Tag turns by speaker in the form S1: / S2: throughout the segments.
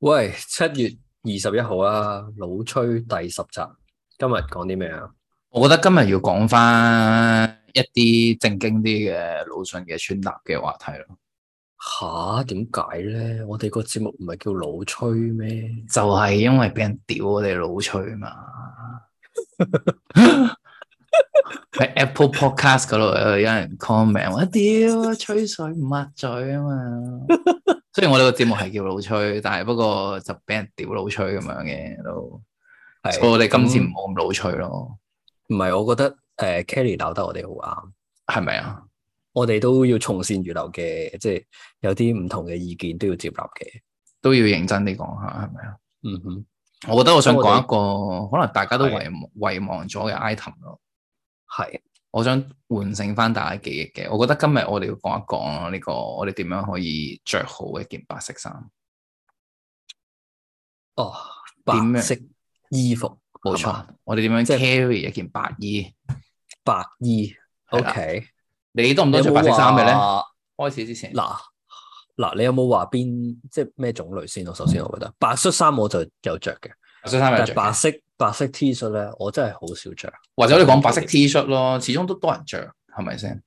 S1: 喂，七月二十一號啊，老吹第十集，今日講啲咩啊？
S2: 我覺得今日要講翻一啲正經啲嘅魯迅嘅穿搭嘅話題咯，
S1: 吓，點解咧？我哋個節目唔係叫老吹咩？
S2: 就係因為俾人屌我哋老吹嘛。 喺 Apple Podcast 嗰度有人 comment 話屌吹水唔抹嘴啊嘛。雖然我哋個節目係叫老吹，但係不過就俾人屌老吹咁樣嘅都，所以我哋今次唔好咁老吹咯，
S1: 唔係，我覺得誒、呃 Kelly 鬧得我哋好啱，
S2: 係咪啊？
S1: 我哋都要從善如流嘅，即係有啲唔同嘅意見都要接納嘅。
S2: 都要認真啲講下，係咪啊？
S1: 嗯哼，
S2: 我覺得我想
S1: 咁我
S2: 講
S1: 哋
S2: 一個可能大家都
S1: 係
S2: 遺忘遺忘咗嘅 item 咯，
S1: 係
S2: 我想喚醒翻大家記憶嘅。我覺得今日我哋要講一講呢個我哋點樣可以着好一件白色衫，
S1: 哦，
S2: 點樣
S1: 白色衣服，
S2: 冇
S1: 係
S2: 錯
S1: 嘛，。
S2: 我哋點樣
S1: 即係
S2: carry 一件白衣？
S1: 白衣。O
S2: 係啦
S1: K，
S2: 你多唔
S1: 你
S2: 多
S1: 有
S2: 着
S1: 冇
S2: 白色衫嘅咧？
S1: 話
S2: 開始之前，
S1: 嗱嗱，你有冇話邊即係咩種類先？我首先我覺得白恤衫我就有着嘅，
S2: 白色衫嗯有
S1: 但係
S2: 着嘅，
S1: 白色白色 T 恤咧，我真係好少着。
S2: 或者我哋講白色 T 恤咯，始終都多人着，係咪先？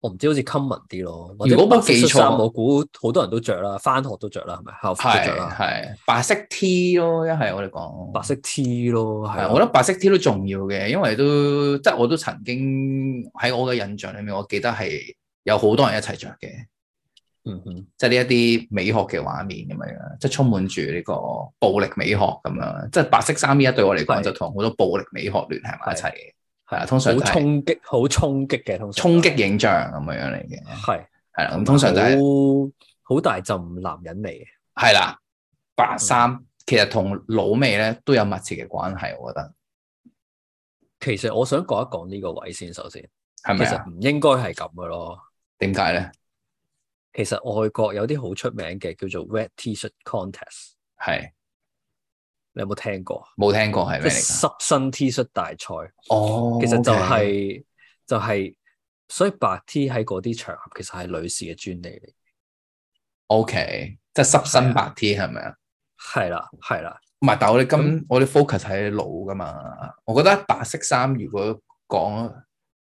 S1: 我唔知好似 common 啲咯。
S2: 如果
S1: 白
S2: 冇
S1: 色
S2: 記
S1: 恤衫
S2: 錯
S1: 我估好多人都着啦，翻學都着啦，係咪校服都着
S2: 係
S1: 啦？
S2: 係白色 T 咯，一係我哋講
S1: 白色 T 咯，係
S2: 係，
S1: 啊
S2: 我覺得白色 T 都重要嘅，因為都即係我都曾經喺我嘅印象裏面，我記得係有好多人一齊着嘅，
S1: 嗯哼，
S2: 即係呢一啲美學嘅畫面咁樣樣，即係充滿住呢個暴力美學咁樣，即係白色衫依家對我
S1: 係
S2: 嚟講就同好多暴力美學聯繫埋一齊嘅，係啊，通常
S1: 好
S2: 就係
S1: 衝擊，好衝擊嘅通常
S2: 衝擊影像咁樣樣嚟嘅，
S1: 係
S2: 係啦，咁通常就係
S1: 好好大陣男人味嘅，
S2: 係啦，白
S1: 嗯
S2: 衫其實同老味咧都有密切嘅關係，我覺得
S1: 其實我想講一講呢個位先，首先
S2: 係
S1: 其
S2: 咪啊？
S1: 實唔應該係咁嘅咯。
S2: 點解咧？
S1: 其實外國有啲好出名嘅叫做 wet T-shirt contest，
S2: 係
S1: 你有冇聽過？啊
S2: 冇聽過係
S1: 即
S2: 咩
S1: 係
S2: 嚟㗎？
S1: 濕身 T-shirt 大賽，其
S2: 哦，
S1: 實就
S2: OK
S1: 係、就係、所以白 T 喺嗰啲場合其實係女士嘅專利嚟。
S2: O、k 即係濕身白 T 係咪啊？
S1: 係啦，係啦，
S2: 唔係，但係我哋今我哋 focus 喺腦噶嘛。我覺得白色衫如果講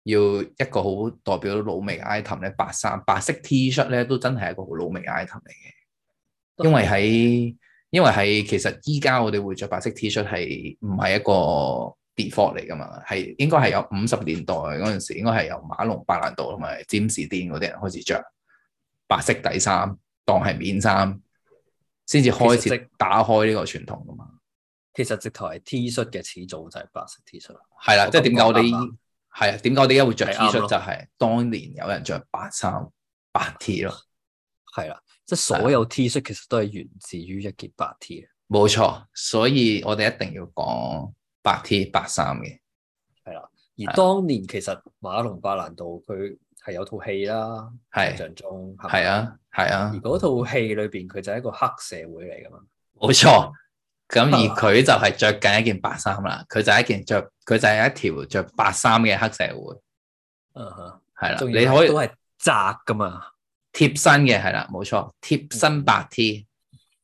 S2: 要一個好代表老味嘅 item 咧，白衫白色 T 恤咧都真係一個好老味嘅 item 嚟嘅。因為喺因為喺其實依家我哋會着白色 T 恤係唔係一個 default 嚟噶嘛？係應該係有五十年代嗰陣時，應該係由馬龍、白蘭度同埋詹士甸嗰啲人開始着白色底衫，當係面衫，先至開
S1: 其實
S2: 始
S1: 即
S2: 打開呢個傳統噶嘛。
S1: 其實直頭係 T-shirt 嘅始祖就係白色 T-shirt 啦。
S2: 係啦，
S1: 我
S2: 即係點解我
S1: 感覺
S2: 哋係啊？點解我哋而家會着 T
S1: 係啱
S2: 恤
S1: 咯
S2: 就係當年有人着白衫白 T 咯，
S1: 係啦，即係所
S2: 啊
S1: 有 T-shirt 其實都係源自於一件白 T 嘅。
S2: 冇錯。所以我哋一定要講白 T 白衫嘅，係
S1: 而
S2: 啊
S1: 當年其實馬龍白蘭度佢係有套戲啦，印
S2: 係
S1: 象中係咪嗯
S2: 係啊係
S1: 而
S2: 啊，
S1: 嗰套戲裏邊佢就係一個黑社會嚟噶嘛。
S2: 冇錯。咁而佢就係着緊一件白衫啦，佢就係一件着，佢就係一條着白衫嘅黑社會，
S1: 嗯哼，
S2: 係啦，
S1: 仲
S2: 啊你
S1: 要
S2: 可以
S1: 都係窄噶嘛。
S2: 貼身嘅係啦，冇錯，貼身白 T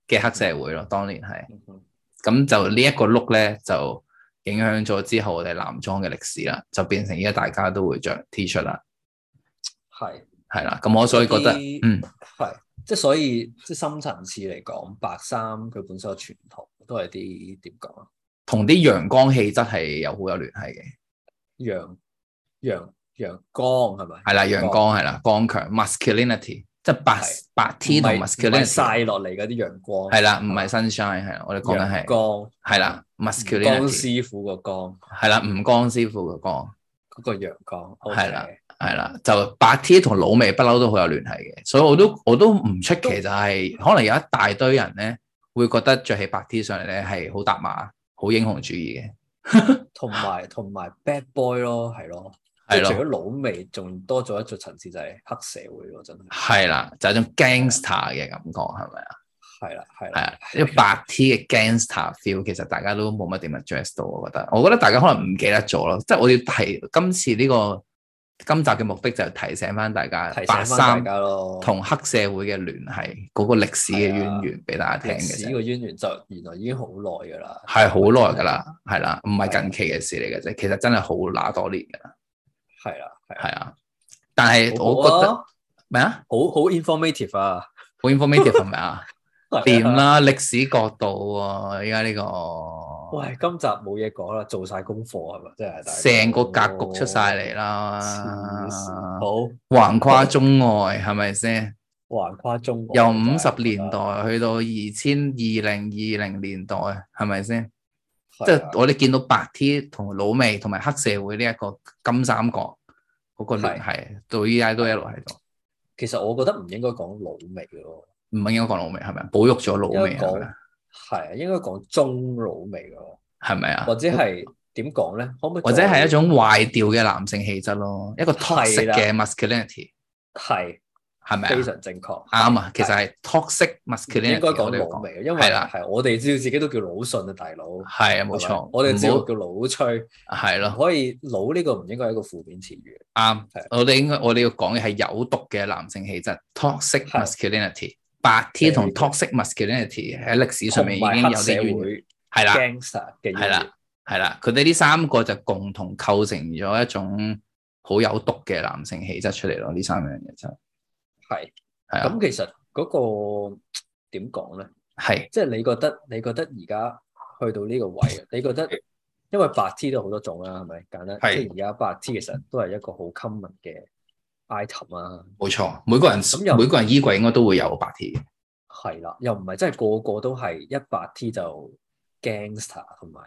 S2: 嘅黑社會咯，當年係。
S1: 嗯哼
S2: 咁就呢一個碌咧，就影響咗之後我哋男裝嘅歷史啦，就變成而家大家都會着 T 恤啦，
S1: 係
S2: 係啦。咁我所以覺得
S1: 所以，
S2: 嗯，
S1: 係，即係所以即係深層次嚟講，白衫佢本身嘅傳統都係啲點講啊？
S2: 同啲陽光氣質係有好有聯繫嘅，
S1: 陽陽陽光係咪？
S2: 係啦，陽光係啦，剛強 masculinity，即係白
S1: 哦係
S2: 白 T 同
S1: 唔係唔係
S2: masculinity，
S1: 曬落嚟嗰啲陽光，
S2: 係啦，唔係 sunshine 係啦，我哋講緊
S1: 陽
S2: 係
S1: 光，
S2: 係啦
S1: 江
S2: masculinity，
S1: 師傅個光，
S2: 係啦，吳光師傅嘅光。
S1: 嗰個陽光，
S2: 係啦係啦，就白 T 同老味不嬲都好有聯繫嘅，所以我都我都唔出奇就係、可能有一大堆人咧會覺得着起白 T 上嚟咧係好搭馬、好英雄主義嘅，
S1: 同埋同埋 bad boy 咯，係咯，即係
S2: 係
S1: 除
S2: 咯，
S1: 咗老味，仲多咗一個層次就係黑社會咯，真係
S2: 係啦，就係一種 gangster 嘅感覺係咪啊？
S1: 係啦係
S2: 係
S1: 啦，
S2: 啊，因為白 T 嘅 gangster feel 其實大家都冇乜點 address 到，我覺得，我覺得大家可能唔記得咗咯，即係我哋提今次呢個今集嘅目的就係提醒翻大家
S1: 提
S2: 白
S1: 醒翻大
S2: 衫
S1: 家咯，
S2: 同黑社會嘅聯繫嗰個歷史嘅
S1: 啊
S2: 淵源俾大家聽
S1: 歷
S2: 嘅
S1: 史
S2: 啫，
S1: 個淵源就原來已經好耐㗎啦，
S2: 係好耐噶啦，係啦，唔係近期嘅事嚟嘅啫，其實真係好乸多年噶啦，
S1: 係啦，係啊
S2: 係啊，但係我覺
S1: 好
S2: 得
S1: 啊
S2: 咩啊，
S1: 好好 informative 啊，
S2: 好 informative 係咪啊？
S1: 係啊
S2: 掂？啦，歷史角度喎，而家呢個
S1: 喂，今集冇嘢講啦，做晒功課係咪？真係大佬
S2: 成個格局出晒嚟
S1: 黐
S2: 啦
S1: 線，好
S2: 橫跨中外係咪先？
S1: 橫跨中國，
S2: 由
S1: 真係
S2: 五十年
S1: 我覺
S2: 代
S1: 得
S2: 去到二千二零二零年代係咪先？
S1: 係啊
S2: 即係我哋見到白 T 同老味同埋黑社會呢一個金三角嗰個聯繫，到依家都一路喺度。
S1: 其實我覺得唔應該講老味咯，
S2: 唔應該講老味係咪？啊保育咗老味
S1: 應該
S2: 係
S1: 講
S2: 咪？
S1: 係啊，應該講中老味咯，
S2: 係咪啊
S1: 或？者係點講咧？可唔可以
S2: 或者
S1: 再
S2: 係一種壞掉嘅男性氣質咯，一個
S1: 係啦
S2: toxic 嘅 masculinity
S1: 係
S2: 係咪啊？
S1: 非常正確。
S2: 啱啊，其實係 toxic
S1: 應
S2: masculinity
S1: 該
S2: 我
S1: 講
S2: 哋
S1: 老味，因為
S2: 係啦
S1: 係我哋知道自己都叫魯迅啊，大佬。
S2: 係啊，冇
S1: 係
S2: 錯
S1: 咪，我哋知道
S2: 唔啊
S1: 叫老吹，
S2: 好係
S1: 唔
S2: 咯，
S1: 可以老呢個唔應該係一個負面詞語。
S2: 啱
S1: 係。
S2: 我哋應該我哋要講嘅係有毒嘅男性氣質 toxic
S1: 係
S2: masculinity。白 T 同
S1: 係
S2: toxic masculinity 喺歷史上面已
S1: 同
S2: 經
S1: 埋
S2: 有
S1: 黑社
S2: 啲淵源，
S1: 會
S2: 係啦
S1: gangster 嘅
S2: 係啦係啦，佢哋呢三個就共同構成咗一種好有毒嘅男性氣質出嚟咯。呢三樣嘢真係
S1: 係。
S2: 係啊，
S1: 咁其實嗰個點講咧？
S2: 係
S1: 即係你覺得你覺得而家去到呢個 位，啊你覺得因為白 T 都好多種啦，係咪簡單？
S2: 係
S1: 即係而家白 T 其實都係一個好 common 嘅 item 啊，
S2: 冇錯。每個人
S1: 咁又
S2: 每個人衣櫃應該都會有白 T 嘅，
S1: 係啦，又唔係真係個個都係一白 T 就 gangster 同埋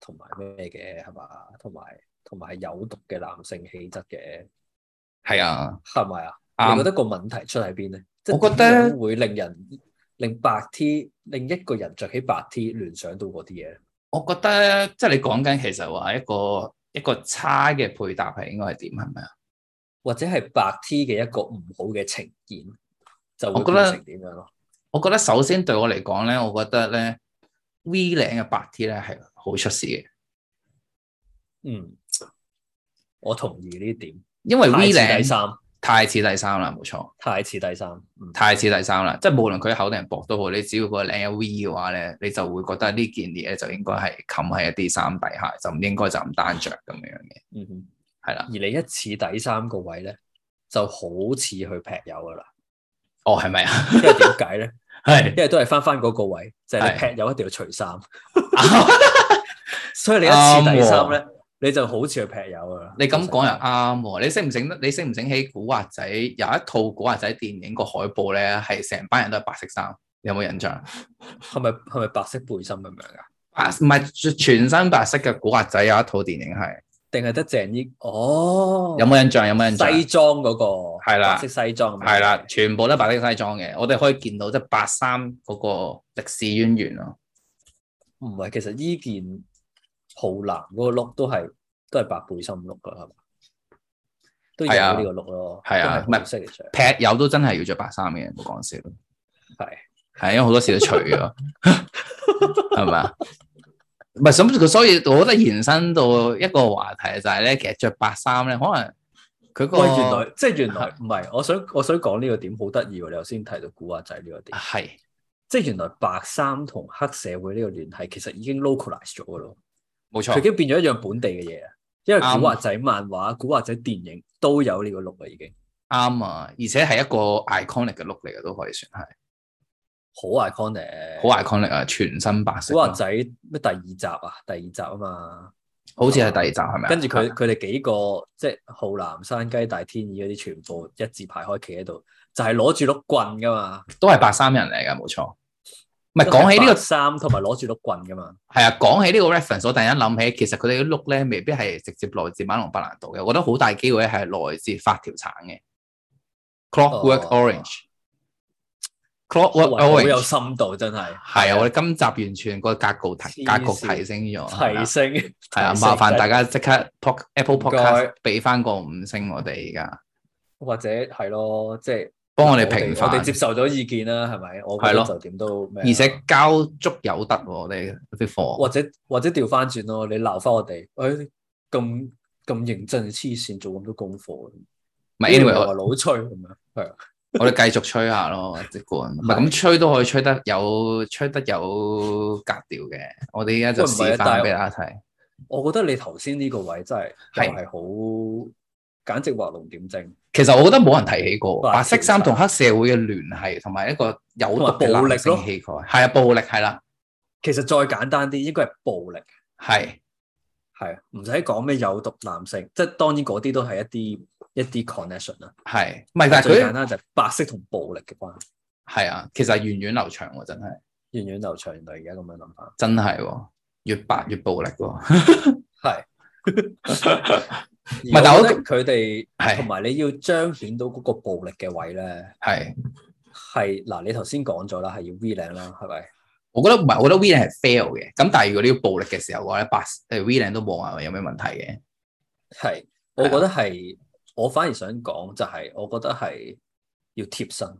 S1: 同埋咩嘅係嘛？同埋同埋係有毒嘅男性氣質嘅
S2: 係啊，
S1: 係咪啊？你
S2: 啱
S1: 覺。得個問題出喺邊咧？即
S2: 我覺
S1: 係
S2: 得
S1: 點樣會令人令白 T 令一個人着起白 T 聯想到嗰啲嘢咧？
S2: 我覺得即係你講緊，其實話一個一個差嘅配搭係應該係點，係咪啊？
S1: 或者係白 T 嘅一個唔好嘅呈現，就
S2: 我
S1: 會
S2: 覺
S1: 變
S2: 得
S1: 成點樣咯？
S2: 我覺得首先對我嚟講咧，我覺得咧 V 領嘅白 T 咧係好出事嘅，
S1: 嗯，我同意呢點。
S2: 因為 V
S1: 太似第
S2: 領
S1: 三，
S2: 太似第三啦，冇錯，
S1: 太似第三。嗯，
S2: 太似第三啦。即係無論佢厚定係薄都好，你只要個領有 V 嘅話咧，你就會覺得呢件嘢咧就應該係冚喺一啲衫底下，就唔應該就咁單着咁樣嘅，
S1: 嗯哼。
S2: 係啦
S1: 而。你一似第三個位咧，就好似去劈友噶啦。
S2: 哦，係咪啊？
S1: 因為點 解咧？
S2: 係
S1: 因為都 係翻翻嗰個位，就係、
S2: 係
S1: 你劈友一定要除 衫，所以你一似第三咧，你就好似去劈友噶啦。
S2: 你咁講又啱喎，你醒唔醒得？你醒唔醒起古惑仔有一套古惑仔電影個海報咧，係成班人都係白色衫，你有冇印象？
S1: 係咪係咪白色背心咁樣㗎？
S2: 白唔係全身白色嘅古惑仔有一套電影係，
S1: 定係得鄭伊？哦，
S2: 有冇印象？有冇印象？
S1: 西裝嗰、個
S2: 係啦
S1: 白色西裝咁樣
S2: 係啦，全部都係白色西裝嘅，我哋可以見到即係白衫嗰個歷史淵源啊咯。
S1: 唔係，其實依件浩南嗰個 look 都係都係白背心 look 噶，係嘛？都有
S2: 係啊
S1: 呢個 look 咯，
S2: 係啊
S1: 都係紅色嘅着，
S2: 劈友都真係要着白衫嘅，唔好講笑。
S1: 係
S2: 係因為好多時都除咗， 係咪啊？唔係咁佢，所以我覺得延伸到一個話題就係咧，其實着白衫咧，可能佢個
S1: 喂，原來即係原來唔係，我想我想講呢個點好得意喎，你頭先提到古惑仔呢個點，
S2: 係
S1: 即係原來白衫同黑社會呢個聯繫其實已經 localize 咗噶咯，
S2: 冇錯
S1: 佢已，經變咗一樣本地嘅嘢啊，因為古惑仔漫畫、古惑仔電影都有呢個 look 啊，已經
S2: 啱啊！而且係一個 iconic 嘅 look 嚟嘅，都可以算係
S1: 好 iconic，
S2: 好 iconic 啊！全身白色
S1: 古，惑仔咩第二集啊，第二集啊嘛。
S2: 好似係第二集係咪啊？
S1: 跟住佢佢哋幾個即係浩南山雞大天二嗰啲，全部一字排開企喺度，就係攞住碌棍噶嘛。
S2: 都係白衫人嚟㗎，冇錯。唔係
S1: 都係
S2: 講起呢個
S1: 白衫同埋攞住碌棍噶嘛，
S2: 係啊，講起呢個 reference，我突然間諗起，其實佢哋啲 look 咧，未必係直接來自馬龍白蘭度嘅，我覺得好大機會係來自發條橙嘅 Clockwork
S1: 哦
S2: Orange。
S1: 哇好
S2: Clockwork
S1: 有
S2: Orange
S1: 深度真係。
S2: 係啊，我哋今集完全個格局提格
S1: 黐
S2: 局
S1: 線
S2: 提升咗，係啊
S1: 提升
S2: 係啊，麻煩大
S1: 家
S2: 家即刻 po- Apple
S1: 唔該
S2: Podcast 俾翻個五星我哋而家，
S1: 或者係咯，即係
S2: 幫我哋評
S1: 我
S2: 分啊
S1: 哋，接受咗意見啦，係咪？我
S2: 係
S1: 覺
S2: 咯
S1: 得就點都咩啦
S2: 而且交足有得喎，我哋啲貨
S1: 哎或者或者調翻轉咯，你鬧翻我哋，誒咁咁認真黐線做咁多功課，
S2: 唔係 anyway，
S1: 我
S2: 我
S1: 話老吹咁樣，係啊，
S2: 我哋繼續吹下 咯，即管唔係咁吹都可以吹得有吹得有格調嘅。我哋而家就
S1: 喂唔係啊
S2: 示
S1: 但係
S2: 範俾大家睇。
S1: 我覺得你頭先呢個位真係
S2: 係
S1: 又係好，簡直畫龍點睛，
S2: 其實我覺得冇人提起過
S1: 白
S2: 白色衫同黑社會嘅聯繫，同埋一個有毒嘅
S1: 同埋暴力
S2: 男
S1: 咯
S2: 性氣概。係啊，暴力係啦，
S1: 其實再簡單啲應該係暴力。
S2: 係
S1: 係啊，唔使講咩有毒男性，即係當然嗰啲都係一啲一啲 connection 啦。
S2: 係，唔係但係
S1: 啊最簡
S2: 佢
S1: 單就係白色同暴力嘅關係，
S2: 係啊，其實源遠流長喎，真係
S1: 源遠流長。原來而家咁樣諗法，
S2: 真係喎，越白越暴力喎，
S1: 係。唔
S2: 係但係我
S1: 佢哋
S2: 係
S1: 同埋你要彰顯到嗰個暴力嘅位咧，
S2: 係。
S1: 係嗱，你頭先講咗啦，係要 V 領啦，係咪？
S2: 我覺得唔係，我覺得 V 領係 fail 嘅。咁但係如果你要暴力嘅時候嘅話咧，白誒 V 領都冇話有咩問題嘅。
S1: 係，我覺得係，我反而想講就係，我覺得係要貼身，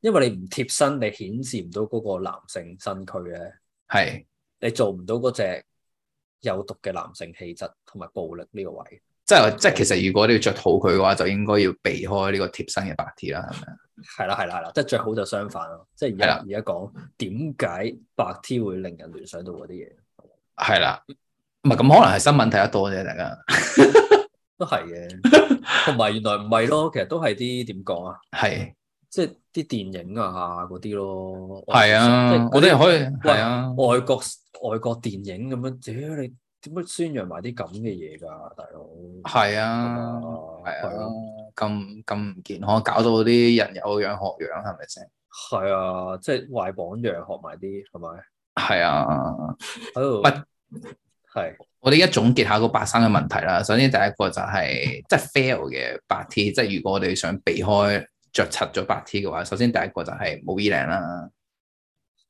S1: 因為你唔貼身，你顯示唔到嗰個男性身軀咧。
S2: 係
S1: 你做唔到嗰隻有毒嘅男性氣質同埋暴力呢個位，
S2: 即係即係其實如果你要着好佢嘅話，就應該要避開呢個貼身嘅白 T 啦，係咪啊？
S1: 係啦係啦係啦，即係最好就相反咯。即係而家
S2: 係啦
S1: 而家講點解白 T 會令人聯想到嗰啲嘢，
S2: 係啦，唔係咁可能係新聞睇得多啫，大家
S1: 都係嘅。 同埋原來唔係咯，其實都係啲點講啊，
S2: 係
S1: 即係啲電影啊嗰啲咯。
S2: 係
S1: 即
S2: 啊
S1: 係，
S2: 我哋可以
S1: 喂
S2: 係啊，
S1: 外國外國電影咁樣，屌你點解宣揚埋啲咁嘅嘢㗎，大佬？
S2: 係啊，係
S1: 係
S2: 啊，，咁咁唔健康，搞到啲人有樣學樣，係咪先？
S1: 係啊，即係壞榜樣學埋啲係咪？
S2: 係啊，
S1: 喺度
S2: 不
S1: 係
S2: 我哋而家總結下個白衫嘅問題啦。首先第一個就係即係 fail 嘅白 T，即係如果我哋想避開着柒咗白 T 嘅話，首先第一個就係冇 V 領啦，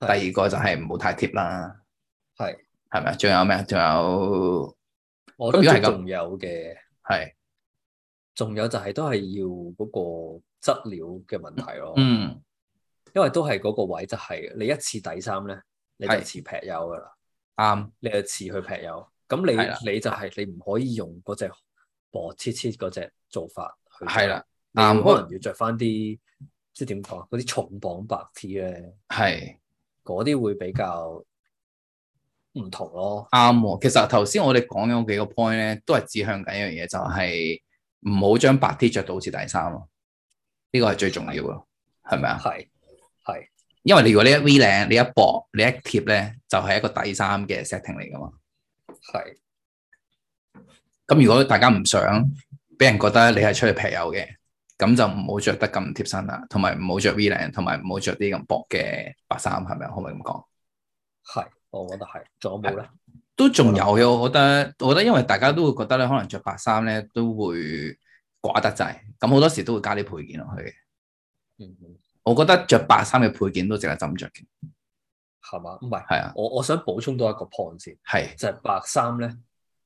S2: 第
S1: 係
S2: 二個就係唔好太貼啦，
S1: 係，
S2: 係咪啊？仲有咩啊？仲有
S1: 我覺
S2: 咁
S1: 得
S2: 如果係咁
S1: 仲有嘅，
S2: 係
S1: 仲有就係都係要嗰個質料嘅問題咯，
S2: 嗯
S1: 因為都係嗰個位就係你一次底衫咧，你就
S2: 係
S1: 似劈友噶啦，
S2: 嗯啱
S1: 你就似去劈友，
S2: 係啦
S1: 咁你你就係你唔可以用嗰隻薄切切嗰隻做法去，
S2: 係，啦，
S1: 你要
S2: 啱
S1: 可能要着翻啲即係點講嗰啲重磅白 T 咧，
S2: 係。
S1: 嗰啲會比較唔同咯，
S2: 啱喎，其實頭先我哋講嘅嗰幾個 point 咧，都係指向緊一樣嘢，就係唔好將白 T 着到好似底衫咯。呢個係最重要咯，係咪啊？
S1: 係係
S2: 因為你如果你一 V 領，你一薄，你一貼咧，就係、一個底衫嘅 setting 嚟噶嘛。
S1: 係
S2: 咁如果大家唔想俾人覺得你係出去劈友嘅，咁就唔好着得咁貼身啦，同埋唔好着 V 領，同埋唔好着啲咁薄嘅白衫，係咪啊？可唔可以咁講？
S1: 係，我覺得係，仲有冇咧？
S2: 都仲有嘅，我覺得，我覺得因為大家都會覺得咧，可能着白衫咧都會寡得滯，咁好多時都會加啲配件落去嘅。
S1: 嗯嗯。
S2: 我覺得着白衫嘅配件都值得斟酌嘅，
S1: 係嘛？唔係，
S2: 係啊，
S1: 我我想補充多一個 point 先，
S2: 係
S1: 就係、白衫咧，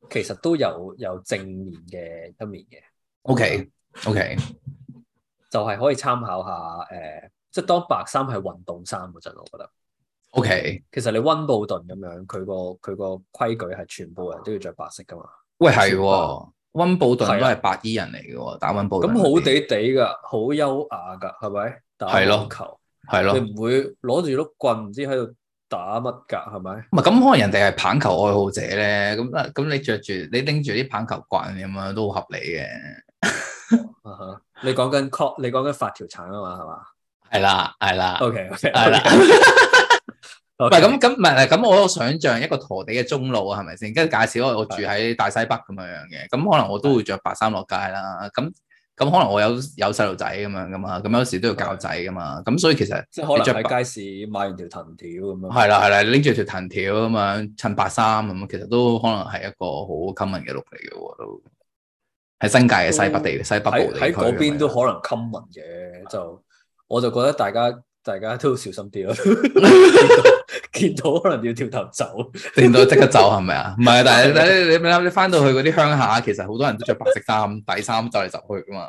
S1: 其實都有有正面嘅一面嘅，
S2: OK，OK，
S1: 就係、可以參考下誒、呃即係當白衫係運動衫嗰陣，我覺得
S2: OK，
S1: 其實你温布頓咁樣，佢個佢個規矩係全部人都要着白色噶嘛，
S2: 喂係喎，温布頓
S1: 係
S2: 都
S1: 啊
S2: 係白衣人嚟嘅喎，打温布頓
S1: 咁
S2: 嗰
S1: 好
S2: 啲
S1: 地地噶，好優雅噶，係咪？打
S2: 係咯
S1: 網球，
S2: 係咯，
S1: 你唔會攞住碌棍唔知喺度打乜㗎，係咪？
S2: 唔係咁可能人哋係棒球愛好者咧，咁啊咁你着住你拎住啲棒球棍咁樣都好合理嘅，
S1: 啊哈你講緊 cock，你講緊發條橙啊嘛，係嘛
S2: 係啦係啦
S1: ？OK OK，
S2: 係啦。
S1: 唔
S2: 唔係咁咁唔係咁，我想象一個陀地嘅中路啊係咪先？跟住假設我我住喺大西北咁樣樣嘅，咁可能我都會着白衫落街啦。咁咁可能我有有細路仔咁樣噶嘛，咁有時都要教仔噶嘛。咁所以其實
S1: 即係可
S2: 你着
S1: 能
S2: 白
S1: 喺街市買完條藤條咁樣。
S2: 係啦係啦，你拎住條藤條咁樣襯白衫咁，其實都可能係一個好 common 嘅 look 嚟嘅喎，都喺新界嘅西北地西北
S1: 嗯喺
S2: 部地
S1: 喺
S2: 區啊
S1: 嗰邊都
S2: 咁樣
S1: 可能 common 嘅，就我就覺得大家大家都小心啲咯。 見到 可能要掉頭走，
S2: 見到即刻走係咪啊？唔係， 但係但係你你諗你翻到去嗰啲鄉下，其實好多人都着白色衫、底衫走嚟走去噶嘛。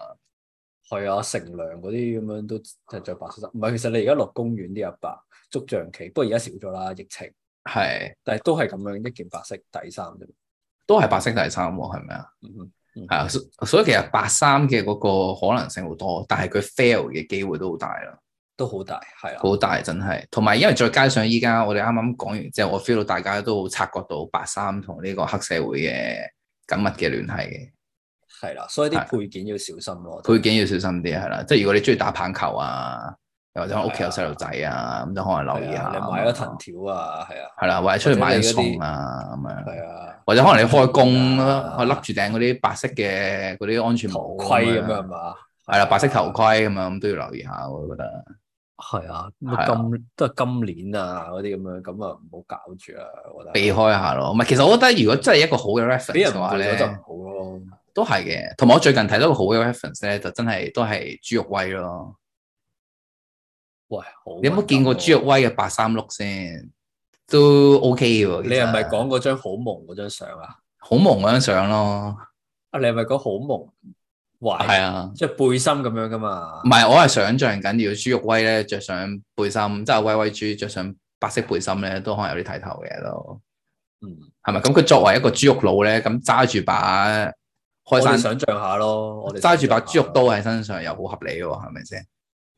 S1: 係啊，乘涼嗰啲咁樣都係着白色衫。唔係，其實你而家落公園啲阿伯捉象棋，不過而家少咗啦，疫情，
S2: 係。
S1: 但係都係咁樣一件白色底衫啫。
S2: 都係白色第三喎，係咪啊？
S1: 嗯
S2: 係啊，所所以其實白衫嘅嗰個可能性好多，但係佢 fail 嘅機會都好大啦，
S1: 都好大，係啊啦，
S2: 好大真係。同埋因為再加上依家我哋啱啱講完之後，我 feel 到大家都好察覺到白衫同呢個黑社會嘅緊密嘅聯繫嘅。
S1: 係啦，所以
S2: 係
S1: 啲配件要小心咯。
S2: 配件要小心啲，係啦。即係如果你中意打棒球啊，又或者屋企有細路仔啊，咁就可能留意
S1: 係
S2: 下。
S1: 啊你買咗藤條啊，係啊，
S2: 係啦，或者出去買
S1: 或者你
S2: 啲
S1: 嗰啲
S2: 餸啊，咁樣。
S1: 係啊，
S2: 或者可能你開工啦，
S1: 啊
S2: 我笠住頂嗰啲白色嘅嗰啲安全帽
S1: 頭盔咁樣係
S2: 樣，
S1: 嘛？
S2: 嗯啊係啦，白色頭盔咁樣咁都要留意下，我覺得
S1: 係啊，
S2: 係啊
S1: 咁金都係金鏈啊嗰啲咁樣，咁啊唔好搞住啊，我覺得
S2: 避開下咯。唔係，其實我覺得如果真係一個好嘅
S1: 俾
S2: reference
S1: 人
S2: 嘅話
S1: 誤會咗就唔
S2: 咧，
S1: 好咯。
S2: 都係嘅。同埋我最近睇到一個好嘅 reference 咧，就真係都係朱玉威咯。
S1: 喂，好
S2: 你有冇見過朱玉
S1: 敏感喎？
S2: 威嘅白衫碌先？都 OK 喎。其實
S1: 你係咪講嗰張好朦嗰張相啊？
S2: 好蒙嗰張相咯？
S1: 啊，你係咪講好朦
S2: 係
S1: 懷
S2: 啊。
S1: 即係背心咁樣噶嘛
S2: 唔？係，我係想象緊要朱玉威咧着上背心，即係威威豬着上白色背心咧，都可能有啲睇頭嘅都，
S1: 嗯，
S2: 係咪？咁佢作為一個豬肉佬咧，咁揸住把
S1: 我
S2: 開
S1: 哋
S2: 山
S1: 想象下咯，我哋
S2: 揸住把豬肉刀
S1: 想象下咯，
S2: 喺身上，又好合理喎，係咪先？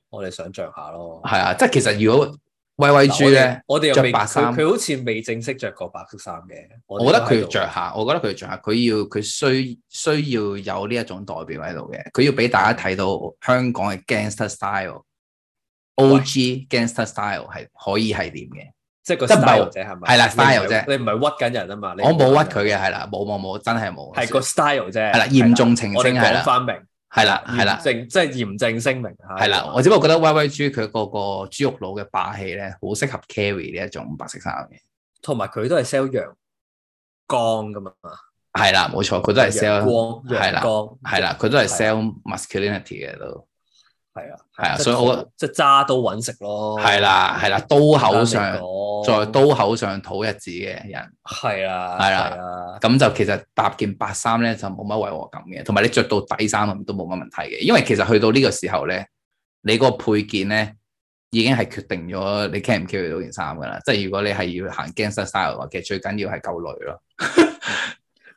S1: 我哋想象下咯。
S2: 係啊，即係其實如果威威
S1: 嗱
S2: 豬咧，，
S1: 我哋我哋又
S2: 着
S1: 未
S2: 白衫
S1: 佢佢好似未正式着過白色衫嘅。
S2: 我覺得佢要
S1: 要
S2: 着下，我覺得佢要着下，佢要佢需需要有呢一種代表喺度嘅，佢要俾大家睇到香港嘅 gangster style，O.G. gangster style 係可以係點嘅。
S1: 即係個
S2: 即係唔係
S1: style 啫，係咪？
S2: 係啦
S1: 你唔係
S2: style 啫
S1: 你唔係屈緊人啊嘛？
S2: 我冇屈佢嘅，係啦，冇冇冇，真係冇。
S1: 嘅，係個 style 啫。
S2: 係啦，嚴重澄
S1: 我哋
S2: 清係
S1: 講
S2: 啦，
S1: 翻明，
S2: 係啦，係
S1: 嚴
S2: 啦，
S1: 正即係嚴正聲明嚇。
S2: 係啦。我只不過覺得 Y Y G 佢嗰個豬肉佬嘅霸氣咧，好適合 carry 呢一種白色衫嘅。
S1: 同埋佢都係 sell 陽光噶嘛，
S2: 係啦，冇錯，佢都係
S1: 陽
S2: sell
S1: 光
S2: 係啦
S1: 陽光
S2: 係啦，佢都
S1: 係啊
S2: 係 sell masculinity 嘅都
S1: 係啊
S2: 係啊
S1: 即
S2: 所以我
S1: 同即係揸刀揾食咯。
S2: 係啦係啦，刀口上在
S1: 再
S2: 刀口上討日子嘅人，
S1: 係啦
S2: 係
S1: 係啊
S2: 啦
S1: 啦，
S2: 咁就其實搭件白衫咧就冇乜違和感嘅，同埋你着到底衫咁都冇乜問題嘅，因為其實去到呢個時候咧，你嗰個配件咧已經係決定咗你 carry 唔 carry 到件衫噶啦，即係如果你係要行 gangster style 嘅話，其實最緊要係夠女咯，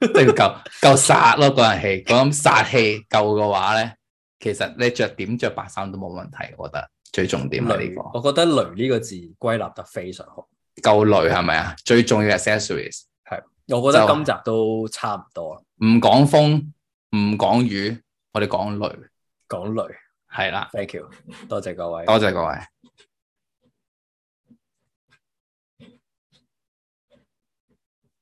S2: 即係要夠夠殺咯嗰人氣，嗰種殺氣夠嘅話咧，其實你着點着白衫都冇問題，我覺得最重點啊係呢、
S1: 雷
S2: 個。
S1: 我覺得雷呢個字歸納得非常好。
S2: 夠累係咪啊？最重要嘅 accessories，
S1: 我覺得
S2: 就
S1: 今集都差唔多啦，
S2: 唔講風，唔講雨，我哋講累，
S1: 講雷
S2: 係啦，
S1: ，thank you，多謝各位。
S2: 多謝各位。